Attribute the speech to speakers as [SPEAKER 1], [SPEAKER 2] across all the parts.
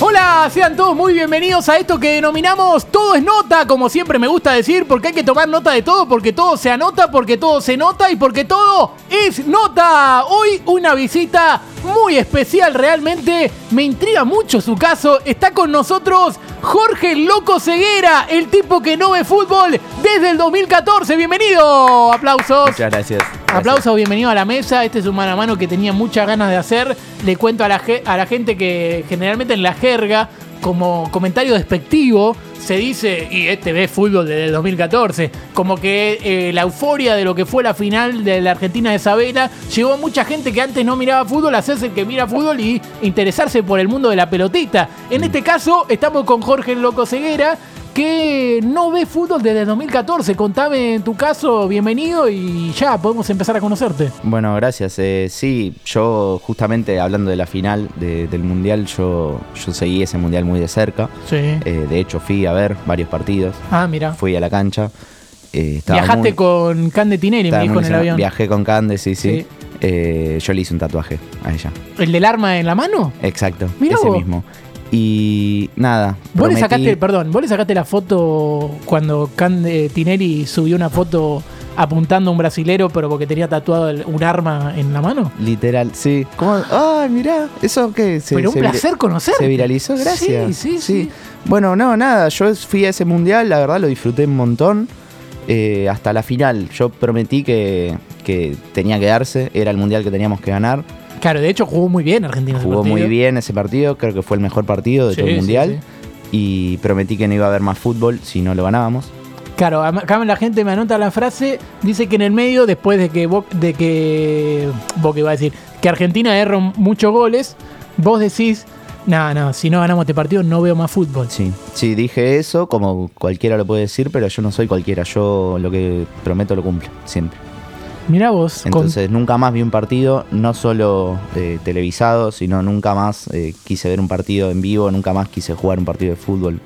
[SPEAKER 1] Hola, sean todos muy bienvenidos a esto que denominamos Todo es Nota, como siempre me gusta decir, porque hay que tomar nota de todo, porque todo se anota, porque todo se nota y porque todo es nota. Hoy una visita muy especial, realmente me intriga mucho su caso. Está con nosotros Jorge Loco Ceguera, el tipo que no ve fútbol desde el 2014. Bienvenido, aplausos.
[SPEAKER 2] Muchas gracias.
[SPEAKER 1] Aplauso, bienvenido a la mesa. Este es un mano a mano que tenía muchas ganas de hacer. Le cuento a la, ge- a la gente que generalmente en la jerga, como comentario despectivo, se dice, y este ve fútbol desde el 2014, como que eh, la euforia de lo que fue la final de la Argentina de Sabela llevó a mucha gente que antes no miraba fútbol a hacerse el que mira fútbol y interesarse por el mundo de la pelotita. En este caso, estamos con Jorge Loco Ceguera, que no ve fútbol desde el 2014. Contame en tu caso, bienvenido y ya podemos empezar a conocerte.
[SPEAKER 2] Bueno, gracias. Eh, sí, yo justamente hablando de la final de- del Mundial, yo, yo seguí ese Mundial muy de cerca.
[SPEAKER 1] Sí.
[SPEAKER 2] Eh, de hecho, fui a ver varios partidos,
[SPEAKER 1] Ah, mira.
[SPEAKER 2] fui a la cancha. eh, estaba
[SPEAKER 1] Viajaste
[SPEAKER 2] muy-
[SPEAKER 1] con Cande Tinelli, me
[SPEAKER 2] estaba
[SPEAKER 1] dijo
[SPEAKER 2] muy
[SPEAKER 1] en el
[SPEAKER 2] emocionado.
[SPEAKER 1] avión.
[SPEAKER 2] Viajé con Cande, sí, sí.
[SPEAKER 1] Sí.
[SPEAKER 2] Eh, yo le hice un tatuaje a ella.
[SPEAKER 1] ¿El del arma en la mano?
[SPEAKER 2] Exacto,
[SPEAKER 1] Mirá
[SPEAKER 2] ese
[SPEAKER 1] vos.
[SPEAKER 2] mismo. Y nada.
[SPEAKER 1] Vos le
[SPEAKER 2] prometí-
[SPEAKER 1] sacaste, perdón, vos le sacaste la foto cuando Cande Tinelli subió una foto apuntando a un brasilero, pero porque tenía tatuado el- un arma en la mano.
[SPEAKER 2] Literal, sí. ¿Cómo? ¡Ay, mirá! ¿Eso qué? Se-
[SPEAKER 1] pero un
[SPEAKER 2] se vira-
[SPEAKER 1] placer conocerte.
[SPEAKER 2] Se viralizó, gracias.
[SPEAKER 1] Sí, sí, sí.
[SPEAKER 2] Bueno, no, nada, yo fui a ese mundial, la verdad lo disfruté un montón. eh, hasta la final, yo prometí que, que tenía que darse, era el mundial que teníamos que ganar.
[SPEAKER 1] Claro, de hecho jugó muy bien Argentina. ese
[SPEAKER 2] Jugó muy
[SPEAKER 1] partido.
[SPEAKER 2] bien ese partido, creo que fue el mejor partido de
[SPEAKER 1] Sí,
[SPEAKER 2] todo el
[SPEAKER 1] sí,
[SPEAKER 2] mundial. Y prometí que no iba a haber más fútbol si no lo ganábamos.
[SPEAKER 1] Claro, am- acá la gente me anota la frase, dice que en el medio, después de que Bo- de que Boca iba a decir, que Argentina erra un- muchos goles, vos decís, no, no, si no ganamos este partido no veo más fútbol.
[SPEAKER 2] Sí, sí, dije eso, como cualquiera lo puede decir, pero yo no soy cualquiera, yo lo que prometo lo cumplo, siempre.
[SPEAKER 1] Mirá vos, con-
[SPEAKER 2] Entonces nunca más vi un partido, no solo eh, televisado, sino nunca más eh, quise ver un partido en vivo, nunca más quise jugar un partido de fútbol,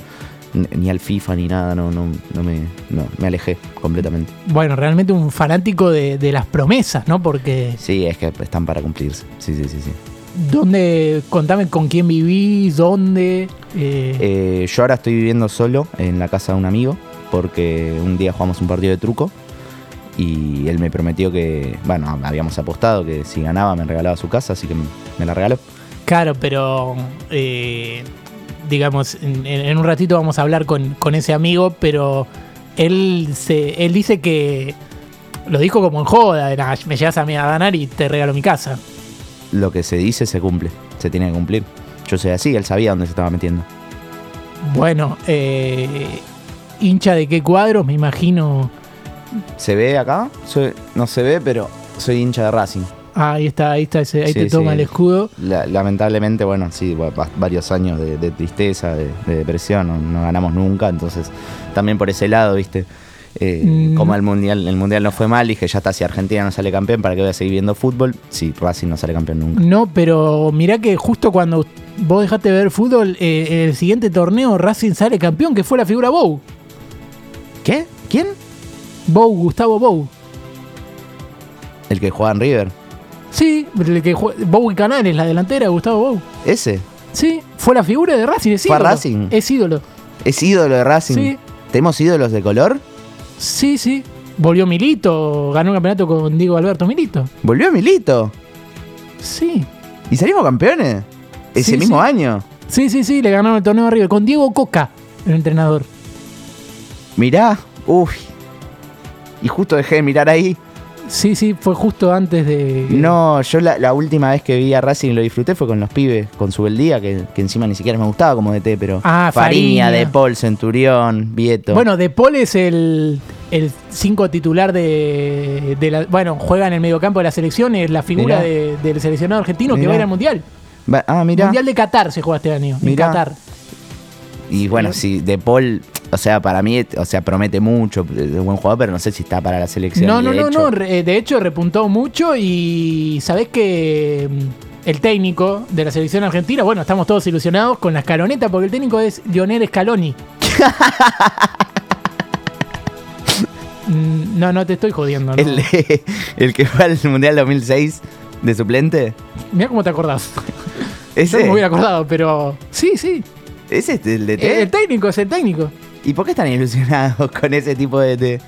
[SPEAKER 2] n- ni al FIFA ni nada, no, no, no me, no, me alejé completamente.
[SPEAKER 1] bueno, realmente un fanático de, de las promesas, ¿no? Porque,
[SPEAKER 2] Sí, es que están para cumplirse. Sí, sí, sí, sí.
[SPEAKER 1] ¿dónde, contame con quién vivís, dónde? eh,
[SPEAKER 2] Eh, yo ahora estoy viviendo solo en la casa de un amigo, porque un día jugamos un partido de truco y él me prometió que, bueno, habíamos apostado que si ganaba me regalaba su casa, así que me- me la regaló.
[SPEAKER 1] Claro, pero eh, digamos, en, en- en un ratito vamos a hablar con, con ese amigo, pero él se, él dice que lo dijo como en joda, de, "Nah, me llegas a mí a ganar y te regalo mi casa.
[SPEAKER 2] lo que se dice se cumple, se tiene que cumplir. Yo soy así, él sabía dónde se estaba metiendo.
[SPEAKER 1] Bueno, eh, hincha de qué cuadro, me imagino.
[SPEAKER 2] ¿Se ve acá? Soy- no se ve, pero soy hincha de Racing.
[SPEAKER 1] Ah, ahí está, ahí está, ese- ahí
[SPEAKER 2] Sí,
[SPEAKER 1] te toma
[SPEAKER 2] sí.
[SPEAKER 1] el escudo.
[SPEAKER 2] La- lamentablemente, bueno, sí, va- va- varios años de, de tristeza, de, de depresión, no, no ganamos nunca, entonces también por ese lado, viste. Eh,
[SPEAKER 1] Mm.
[SPEAKER 2] Como el mundial, el mundial no fue mal, dije ya está, si Argentina no sale campeón, ¿para qué voy a seguir viendo fútbol? Si Racing no sale campeón nunca.
[SPEAKER 1] No, pero mirá que justo cuando vos dejaste de ver fútbol, eh, en el siguiente torneo Racing sale campeón, que fue la figura Bow.
[SPEAKER 2] ¿Qué? ¿Quién?
[SPEAKER 1] Bow, Gustavo Bow.
[SPEAKER 2] El que jugaba en River.
[SPEAKER 1] Sí, el que jue- Bowie Canales, la delantera, Gustavo Bow.
[SPEAKER 2] Ese.
[SPEAKER 1] Sí, fue la figura de Racing, es
[SPEAKER 2] Fue a
[SPEAKER 1] ídolo.
[SPEAKER 2] Racing.
[SPEAKER 1] Es ídolo.
[SPEAKER 2] ¿Es ídolo de Racing?
[SPEAKER 1] Sí.
[SPEAKER 2] ¿Tenemos ídolos de color?
[SPEAKER 1] Sí, sí. Volvió Milito, ganó un campeonato con Diego Alberto Milito.
[SPEAKER 2] ¿Volvió Milito?
[SPEAKER 1] Sí.
[SPEAKER 2] ¿Y salimos campeones? Ese
[SPEAKER 1] Sí,
[SPEAKER 2] mismo
[SPEAKER 1] sí.
[SPEAKER 2] año.
[SPEAKER 1] Sí, sí, sí, le ganaron el torneo a River con Diego Coca, el entrenador.
[SPEAKER 2] Mirá, uff. Y justo dejé de mirar ahí.
[SPEAKER 1] Sí, sí, fue justo antes de.
[SPEAKER 2] No, yo la, la última vez que vi a Racing y lo disfruté fue con los pibes, con su beldía, que, que encima ni siquiera me gustaba como DT, pero.
[SPEAKER 1] Ah, Fariña.
[SPEAKER 2] De Paul, Centurión, Vieto.
[SPEAKER 1] Bueno, De Paul es el, el cinco titular de, de la. Bueno, juega en el mediocampo de la selección, es la figura
[SPEAKER 2] Mirá.
[SPEAKER 1] de- del seleccionado argentino que
[SPEAKER 2] Mirá.
[SPEAKER 1] va a ir al Mundial.
[SPEAKER 2] Va- ah, mirá.
[SPEAKER 1] Mundial de Qatar se juega este año.
[SPEAKER 2] Mirá.
[SPEAKER 1] En Qatar.
[SPEAKER 2] Y bueno, sí, De Paul, o sea, para mí, o sea, promete mucho, es un buen jugador, pero no sé si está para la selección.
[SPEAKER 1] No,
[SPEAKER 2] y
[SPEAKER 1] no,
[SPEAKER 2] de
[SPEAKER 1] no,
[SPEAKER 2] hecho-
[SPEAKER 1] no. re- eh, De hecho, repuntó mucho y sabés que mm, el técnico de la selección argentina, bueno, estamos todos ilusionados con la escaloneta porque el técnico es Lionel Scaloni. Mm, no, no te estoy jodiendo. ¿no?
[SPEAKER 2] El, el que fue al Mundial 2006 de suplente.
[SPEAKER 1] Mira cómo te acordás. Yo
[SPEAKER 2] ¿Ese?
[SPEAKER 1] no me hubiera acordado, pero. Sí, sí.
[SPEAKER 2] ¿Ese E. es E? el de
[SPEAKER 1] Eh,
[SPEAKER 2] té?
[SPEAKER 1] El técnico es el técnico.
[SPEAKER 2] ¿Y por qué están ilusionados con ese tipo de té?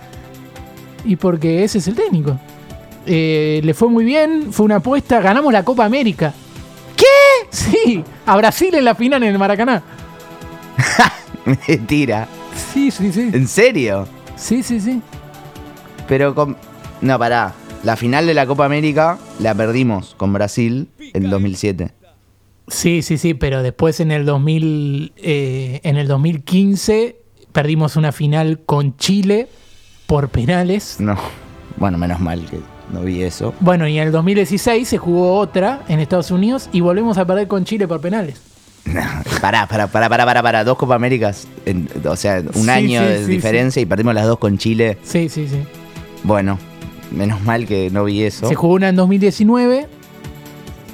[SPEAKER 1] Y porque ese es el técnico. Eh, le fue muy bien, fue una apuesta, ganamos la Copa América. ¿Qué? Sí, a Brasil en la final en el Maracaná.
[SPEAKER 2] Mentira.
[SPEAKER 1] Sí, sí, sí.
[SPEAKER 2] ¿En serio?
[SPEAKER 1] Sí, sí, sí.
[SPEAKER 2] Pero con. No, pará. La final de la Copa América la perdimos con Brasil en 2007.
[SPEAKER 1] Sí, sí, sí, pero después en el 2000, eh, en el 2015 perdimos una final con Chile por penales.
[SPEAKER 2] No. Bueno, menos mal que no vi eso.
[SPEAKER 1] Bueno, y en el 2016 se jugó otra en Estados Unidos y volvemos a perder con Chile por penales.
[SPEAKER 2] No, pará, pará, pará, pará, pará, pará. Dos Copa Américas. en- o sea, un
[SPEAKER 1] Sí,
[SPEAKER 2] año
[SPEAKER 1] sí,
[SPEAKER 2] de
[SPEAKER 1] sí,
[SPEAKER 2] diferencia y perdimos las dos con Chile.
[SPEAKER 1] Sí, sí, sí.
[SPEAKER 2] Bueno, menos mal que no vi eso.
[SPEAKER 1] Se jugó una en 2019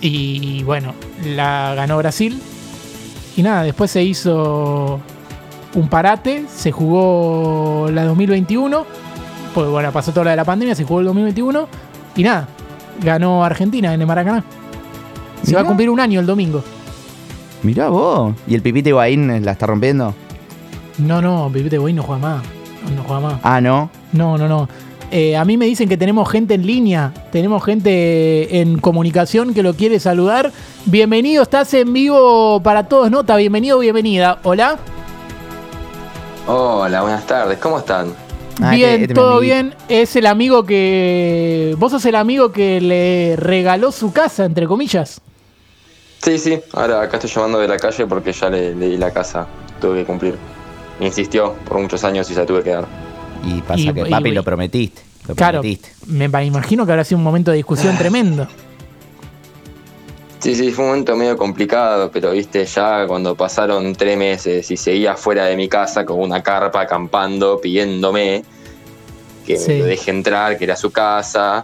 [SPEAKER 1] y bueno, la ganó Brasil. Y nada, después se hizo un parate, se jugó la 2021, pues bueno, pasó toda la de la pandemia, se jugó el 2021 y nada, ganó Argentina en el Maracaná. Se va a
[SPEAKER 2] Mirá.
[SPEAKER 1] cumplir un año el domingo.
[SPEAKER 2] Mirá vos. ¿Y el Pipita Higuaín la está rompiendo?
[SPEAKER 1] No, no, Pipete Boy no juega más. No, no juega más.
[SPEAKER 2] Ah, no.
[SPEAKER 1] No, no, no. Eh, a mí me dicen que tenemos gente en línea, tenemos gente en comunicación que lo quiere saludar. Bienvenido, estás en vivo para todos, nota. Bienvenido, bienvenida. Hola.
[SPEAKER 3] Ah, Hola, buenas tardes, ¿cómo están?
[SPEAKER 2] Ah,
[SPEAKER 1] bien,
[SPEAKER 2] este- este es mi
[SPEAKER 1] todo
[SPEAKER 2] amiguito.
[SPEAKER 1] bien. Es el amigo que. Vos sos el amigo que le regaló su casa, entre comillas.
[SPEAKER 3] Sí, sí, ahora acá estoy llamando de la calle porque ya le, le di la casa, tuve que cumplir. Me insistió por muchos años y se la tuve que dar.
[SPEAKER 2] Y pasa
[SPEAKER 1] Y-
[SPEAKER 2] que
[SPEAKER 1] y-
[SPEAKER 2] papi
[SPEAKER 1] y-
[SPEAKER 2] lo prometiste. Lo
[SPEAKER 1] Claro.
[SPEAKER 2] prometiste.
[SPEAKER 1] Me me imagino que habrá sido un momento de discusión tremendo.
[SPEAKER 3] Sí, sí, fue un momento medio complicado, pero viste, ya cuando pasaron tres meses y seguía fuera de mi casa con una carpa acampando, pidiéndome que
[SPEAKER 1] Sí.
[SPEAKER 3] me lo deje entrar, que era su casa.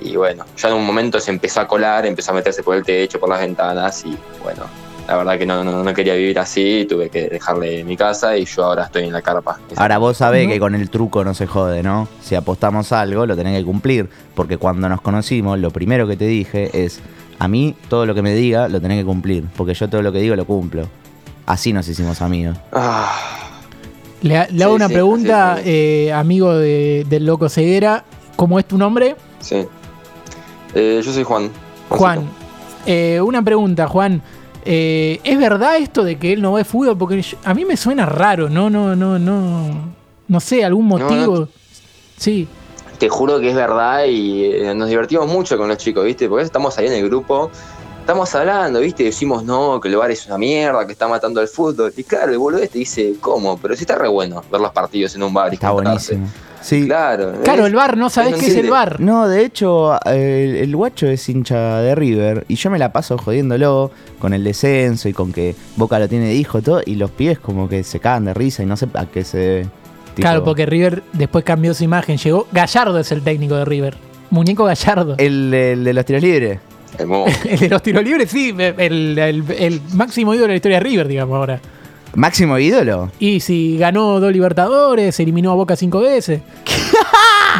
[SPEAKER 3] Y bueno, ya en un momento se empezó a colar, empezó a meterse por el techo, por las ventanas y bueno, la verdad que no, no, no quería vivir así, tuve que dejarle mi casa y yo ahora estoy en la carpa.
[SPEAKER 2] Ahora vos sabés
[SPEAKER 1] No.
[SPEAKER 2] que con el truco no se jode, ¿no? Si apostamos algo, lo tenés que cumplir. Porque cuando nos conocimos, lo primero que te dije es, a mí todo lo que me diga, lo tenés que cumplir. Porque yo todo lo que digo, lo cumplo. Así nos hicimos amigos.
[SPEAKER 3] Ah.
[SPEAKER 1] Le, le hago
[SPEAKER 3] Sí,
[SPEAKER 1] una
[SPEAKER 3] sí,
[SPEAKER 1] pregunta,
[SPEAKER 3] así es, sí.
[SPEAKER 1] eh, amigo de- del Loco Ceguera. ¿Cómo es tu nombre?
[SPEAKER 3] Sí. Eh, yo soy Juan.
[SPEAKER 1] Juan, eh, una pregunta, Juan. Eh, ¿Es verdad esto de que él no ve fútbol? Porque yo- a mí me suena raro, no, no, no, no. No sé, algún
[SPEAKER 3] No, no.
[SPEAKER 1] motivo. Sí,
[SPEAKER 3] Te juro que es verdad y eh, nos divertimos mucho con los chicos, ¿viste? Porque estamos ahí en el grupo, estamos hablando, ¿viste? Decimos, no, que el lugar es una mierda, que está matando al fútbol. Y claro, el boludo este dice, ¿cómo? Pero sí está re bueno ver los partidos en un bar. y
[SPEAKER 2] Está
[SPEAKER 3] juntarse.
[SPEAKER 2] buenísimo. Sí.
[SPEAKER 3] Claro.
[SPEAKER 1] claro,
[SPEAKER 3] ¿eh?
[SPEAKER 1] el bar, no sabes
[SPEAKER 3] es
[SPEAKER 1] qué es el
[SPEAKER 3] sensible.
[SPEAKER 1] bar.
[SPEAKER 2] No, de hecho, el, el guacho es hincha de River y yo me la paso jodiéndolo con el descenso y con que Boca lo tiene de hijo y todo, y los pies como que se cagan de risa y no sé a qué se debe. Tipo,
[SPEAKER 1] Claro, porque River después cambió su imagen, llegó. Gallardo es el técnico de River. Muñeco Gallardo.
[SPEAKER 3] Eh.
[SPEAKER 2] El, el de los tiros libres.
[SPEAKER 3] Hermoso.
[SPEAKER 1] El de los tiros libres, sí, el, el- el máximo ídolo de la historia de River, digamos ahora.
[SPEAKER 2] Máximo ídolo.
[SPEAKER 1] Y si ganó dos Libertadores, eliminó a Boca cinco veces.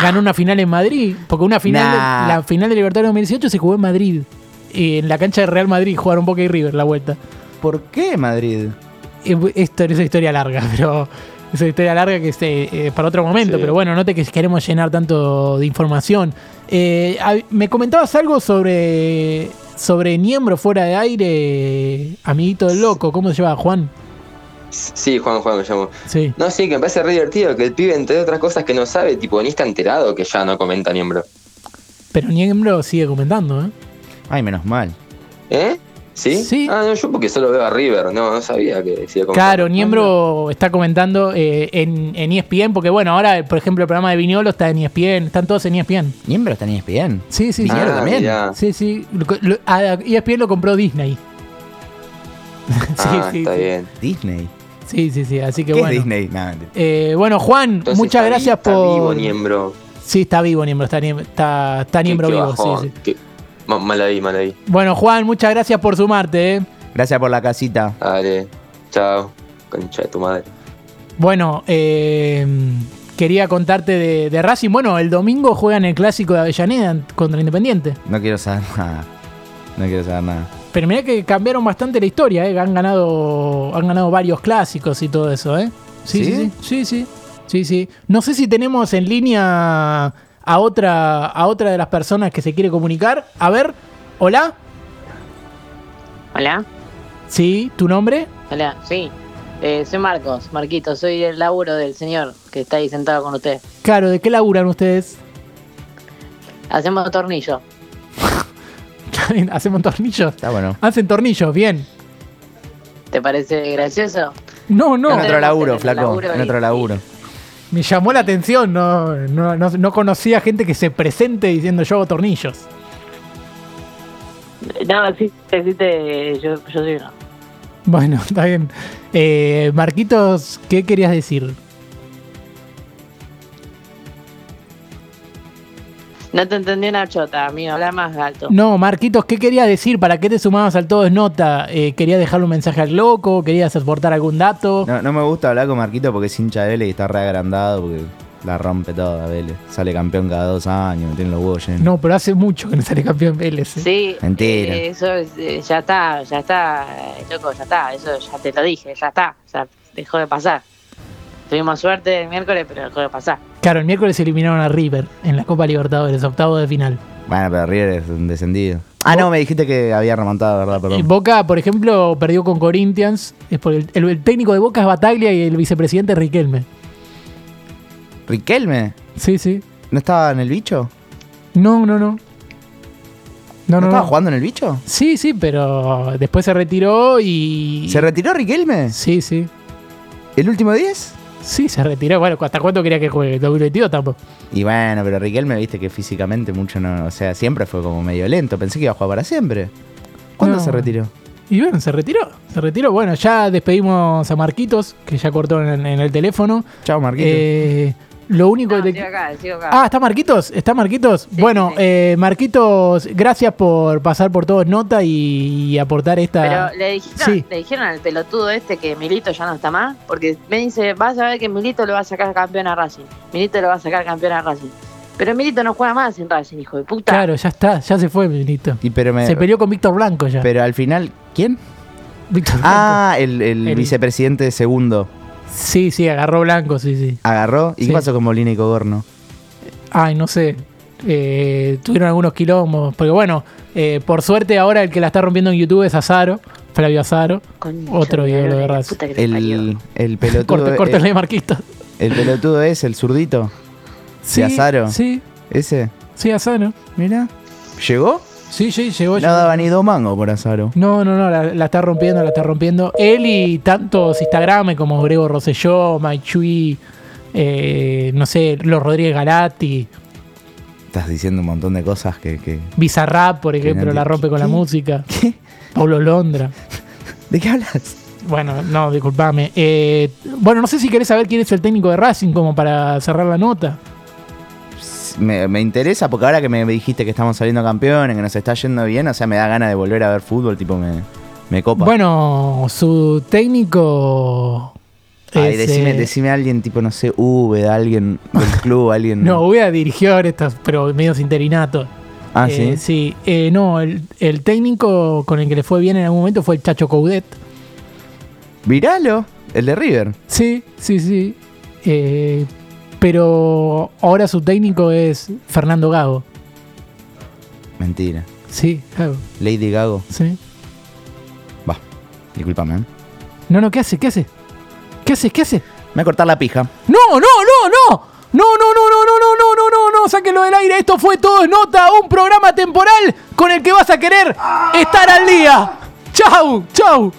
[SPEAKER 1] ganó una final en Madrid. Porque una final,
[SPEAKER 2] Nah.
[SPEAKER 1] la final de Libertadores 2018 se jugó en Madrid. Y en la cancha de Real Madrid jugaron Boca y River la vuelta.
[SPEAKER 2] ¿Por qué Madrid?
[SPEAKER 1] Eh, Esto es una historia larga, pero es una historia larga que se, eh, para otro momento.
[SPEAKER 3] Sí.
[SPEAKER 1] Pero bueno, no te que- queremos llenar tanto de información. Eh, hab- me comentabas algo sobre, sobre Niembro fuera de aire, amiguito del loco. ¿Cómo se llama Juan?
[SPEAKER 3] Sí, Juan, Juan, me llamo.
[SPEAKER 1] Sí.
[SPEAKER 3] No, sí, que me parece re divertido que el pibe, entre otras cosas que no sabe, tipo, ni está enterado que ya no comenta miembro.
[SPEAKER 1] Pero Niembro sigue comentando, ¿eh?
[SPEAKER 2] Ay, menos mal.
[SPEAKER 3] ¿Eh? ¿Sí?
[SPEAKER 1] Sí.
[SPEAKER 3] Ah, no, yo porque solo veo a River, no, no sabía que Ah, se iba a comentar.
[SPEAKER 1] Claro, Niembro está comentando eh, en, en ESPN, porque bueno, ahora, por ejemplo, el programa de Viñolo está en E ESPN, están todos en ESPN.
[SPEAKER 2] Niembro está en E ESPN.
[SPEAKER 1] Sí, sí, sí.
[SPEAKER 2] Viñolo
[SPEAKER 3] Ah,
[SPEAKER 2] también.
[SPEAKER 3] mirá.
[SPEAKER 1] Sí, sí. Lo- lo- a- E ESPN lo compró Disney.
[SPEAKER 3] Ah,
[SPEAKER 1] sí,
[SPEAKER 3] está
[SPEAKER 1] sí.
[SPEAKER 3] bien.
[SPEAKER 2] Disney.
[SPEAKER 1] Sí, sí, sí. Así que
[SPEAKER 2] ¿Qué,
[SPEAKER 1] bueno.
[SPEAKER 2] es Disney? Nada, mentira.
[SPEAKER 1] Eh, bueno, Juan,
[SPEAKER 3] Entonces
[SPEAKER 1] muchas
[SPEAKER 3] está vi-
[SPEAKER 1] gracias
[SPEAKER 3] está
[SPEAKER 1] por.
[SPEAKER 3] vivo Niembro.
[SPEAKER 1] Sí, está vivo Niembro, está, Niem- está, está Niembro
[SPEAKER 3] Qué- qué
[SPEAKER 1] vivo. sí,
[SPEAKER 3] bajón,
[SPEAKER 1] sí.
[SPEAKER 3] qué- ma- Mal ahí, mal ahí.
[SPEAKER 1] Bueno, Juan, muchas gracias por sumarte, ¿eh?
[SPEAKER 2] Gracias por la casita.
[SPEAKER 3] Dale, chao. Concha de tu madre.
[SPEAKER 1] Bueno, eh, quería contarte de, de Racing. Bueno, el domingo juegan el clásico de Avellaneda contra Independiente.
[SPEAKER 2] No quiero saber nada. No quiero saber nada.
[SPEAKER 1] Pero mirá que cambiaron bastante la historia, ¿eh? Han ganado, han ganado varios clásicos y todo eso, ¿eh? Sí, sí, sí. Sí, sí. sí, sí. No sé si tenemos en línea a otra, a otra de las personas que se quiere comunicar. A ver, hola.
[SPEAKER 4] Hola,
[SPEAKER 1] Sí, ¿tu nombre?
[SPEAKER 4] hola, sí. Eh, soy Marcos, Marquito, soy el laburo del señor que está ahí sentado con usted.
[SPEAKER 1] Claro, ¿de qué laburan ustedes?
[SPEAKER 4] Hacemos tornillo.
[SPEAKER 1] ¿Hacemos tornillos?
[SPEAKER 2] Está bueno.
[SPEAKER 1] Hacen tornillos, bien.
[SPEAKER 4] ¿Te parece gracioso?
[SPEAKER 1] No, no.
[SPEAKER 2] en otro
[SPEAKER 4] tenemos
[SPEAKER 2] laburo,
[SPEAKER 4] el
[SPEAKER 2] flaco.
[SPEAKER 4] laburo
[SPEAKER 2] en
[SPEAKER 4] ahí.
[SPEAKER 2] otro laburo.
[SPEAKER 1] Me llamó la atención, no, no, no, no conocía gente que se presente diciendo yo hago tornillos.
[SPEAKER 4] No, existe, existe, yo, yo soy uno.
[SPEAKER 1] Bueno, está bien. Eh, Marquitos, ¿qué querías decir?
[SPEAKER 4] No te entendí una chota, amigo, habla más alto.
[SPEAKER 1] No, Marquitos, ¿qué querías decir? ¿Para qué te sumabas al todo es nota? Eh, ¿Querías dejarle un mensaje al loco? ¿Querías aportar algún dato?
[SPEAKER 2] No, no me gusta hablar con Marquito porque es hincha de Vélez y está reagrandado porque la rompe toda Vélez. Sale campeón cada dos años, tiene los huevos llenos.
[SPEAKER 1] No, pero hace mucho que no sale campeón Vélez. eh.
[SPEAKER 4] Sí,
[SPEAKER 2] Mentira.
[SPEAKER 4] eh, eso es, eh, ya está, ya está, eh, loco, ya está, eso ya te lo dije, ya está, ya dejó de pasar. Tuvimos suerte el miércoles, pero dejó de pasar.
[SPEAKER 1] Claro, el miércoles eliminaron a River en la Copa Libertadores, octavo de final.
[SPEAKER 2] Bueno, pero River es un descendido. Ah, no, me dijiste que había remontado, ¿verdad?
[SPEAKER 1] Y
[SPEAKER 2] Perdón.
[SPEAKER 1] Eh, Boca, por ejemplo, perdió con Corinthians. Es por el, el- el técnico de Boca es Bataglia y el vicepresidente es Riquelme.
[SPEAKER 2] ¿Riquelme?
[SPEAKER 1] Sí, sí.
[SPEAKER 2] ¿No estaba en el bicho?
[SPEAKER 1] No, no, no. No,
[SPEAKER 2] ¿No,
[SPEAKER 1] no,
[SPEAKER 2] estaba
[SPEAKER 1] no.
[SPEAKER 2] jugando en el bicho?
[SPEAKER 1] Sí, sí, pero después se retiró y.
[SPEAKER 2] ¿Se retiró Riquelme?
[SPEAKER 1] Sí, sí.
[SPEAKER 2] ¿El último 10?
[SPEAKER 1] Sí, se retiró. Bueno, ¿hasta cuánto quería que juegue? ¿2022 tampoco?
[SPEAKER 2] Y bueno, pero Riquelme, viste que físicamente mucho no. O sea, siempre fue como medio lento. Pensé que iba a jugar para siempre. ¿Cuándo
[SPEAKER 1] No.
[SPEAKER 2] se retiró?
[SPEAKER 1] Y bueno, se retiró. Se retiró. Bueno, ya despedimos a Marquitos, que ya cortó en, en el teléfono.
[SPEAKER 2] Chao, Marquito.
[SPEAKER 1] Eh, lo único
[SPEAKER 4] No,
[SPEAKER 1] de
[SPEAKER 4] sigo acá, sigo acá.
[SPEAKER 1] Ah, ¿está Marquitos? ¿Está Marquitos? bueno,
[SPEAKER 4] sí.
[SPEAKER 1] eh, Marquitos, gracias por pasar por todos nota y, y aportar esta...
[SPEAKER 4] Pero le dijeron,
[SPEAKER 1] sí.
[SPEAKER 4] le dijeron al pelotudo este que Milito ya no está más, porque me dice, vas a ver que Milito lo va a sacar campeón a Racing. Milito lo va a sacar campeón a Racing. Pero Milito no juega más en Racing, hijo de puta.
[SPEAKER 1] Claro, ya está, ya se fue, Benito.
[SPEAKER 2] y pero me-
[SPEAKER 1] Se peleó con Víctor Blanco ya.
[SPEAKER 2] Pero al final, ¿quién?
[SPEAKER 1] Víctor Blanco.
[SPEAKER 2] Ah, el, el
[SPEAKER 1] El-
[SPEAKER 2] vicepresidente segundo
[SPEAKER 1] Sí, sí, agarró Blanco, sí, sí.
[SPEAKER 2] agarró. ¿Y
[SPEAKER 1] Sí.
[SPEAKER 2] qué pasó con Molina y Cogorno?
[SPEAKER 1] Ay, no sé. Eh, tuvieron algunos quilombos. Porque bueno, eh, por suerte ahora el que la está rompiendo en YouTube es Azaro, Flavio Azaro.
[SPEAKER 4] Concha
[SPEAKER 1] Otro
[SPEAKER 4] de la
[SPEAKER 1] ídolo de
[SPEAKER 4] lora, la
[SPEAKER 1] Racing.
[SPEAKER 4] puta que te parió.
[SPEAKER 2] El, el pelotudo.
[SPEAKER 1] Corte,
[SPEAKER 2] es-
[SPEAKER 1] cortenle, Marquitos.
[SPEAKER 2] el pelotudo es el zurdito. Azaro?
[SPEAKER 1] Sí,
[SPEAKER 2] Ese.
[SPEAKER 1] sí, Azaro.
[SPEAKER 2] Mira. ¿Llegó?
[SPEAKER 1] Sí, sí, llegó.
[SPEAKER 2] No
[SPEAKER 1] llegó.
[SPEAKER 2] daba ni dos mangos por Azaro.
[SPEAKER 1] No, no, no, la, la está rompiendo, la está rompiendo. Él y tantos Instagram como Grego Rosselló, Mike Chui, eh, no sé, los Rodríguez Galati,
[SPEAKER 2] Estás diciendo un montón de cosas que. que-
[SPEAKER 1] Bizarrap, por ejemplo,
[SPEAKER 2] Nadie-
[SPEAKER 1] la rompe con la
[SPEAKER 2] ¿Qué?
[SPEAKER 1] música,
[SPEAKER 2] ¿Qué?
[SPEAKER 1] Pablo Londra.
[SPEAKER 2] ¿De qué hablas?
[SPEAKER 1] Bueno, no, disculpame. Eh, bueno, no sé si querés saber quién es el técnico de Racing como para cerrar la nota.
[SPEAKER 2] Me, me interesa porque ahora que me dijiste que estamos saliendo campeones, que nos está yendo bien, o sea, me da ganas de volver a ver fútbol, tipo, me, me copa.
[SPEAKER 1] Bueno, su técnico...
[SPEAKER 2] Ay,
[SPEAKER 1] es,
[SPEAKER 2] decime,
[SPEAKER 1] eh,
[SPEAKER 2] decime a alguien, tipo, no sé, Uve, alguien del club, alguien.
[SPEAKER 1] No, voy a dirigir estos, pero medios interinatos.
[SPEAKER 2] Ah,
[SPEAKER 1] Eh,
[SPEAKER 2] sí.
[SPEAKER 1] Sí, Eh, no, el, el técnico con el que le fue bien en algún momento fue el Chacho Coudet.
[SPEAKER 2] Viralo, el de River.
[SPEAKER 1] Sí, sí, sí. Eh, pero ahora su técnico es Fernando Gago.
[SPEAKER 2] Mentira.
[SPEAKER 1] Sí, Gago,
[SPEAKER 2] Lady Gago.
[SPEAKER 1] sí.
[SPEAKER 2] Va, discúlpame. ¿eh?
[SPEAKER 1] No, no, ¿qué hace? ¿Qué hace? ¿Qué hace? ¿Qué hace?
[SPEAKER 2] Me voy a cortar la pija.
[SPEAKER 1] ¡No, no, no, no! No, no, no, no, no, no, no, no, no, no, sáquenlo del aire. Esto fue Todo es Nota, un programa temporal con el que vas a querer estar al día. ¡Chau, chau!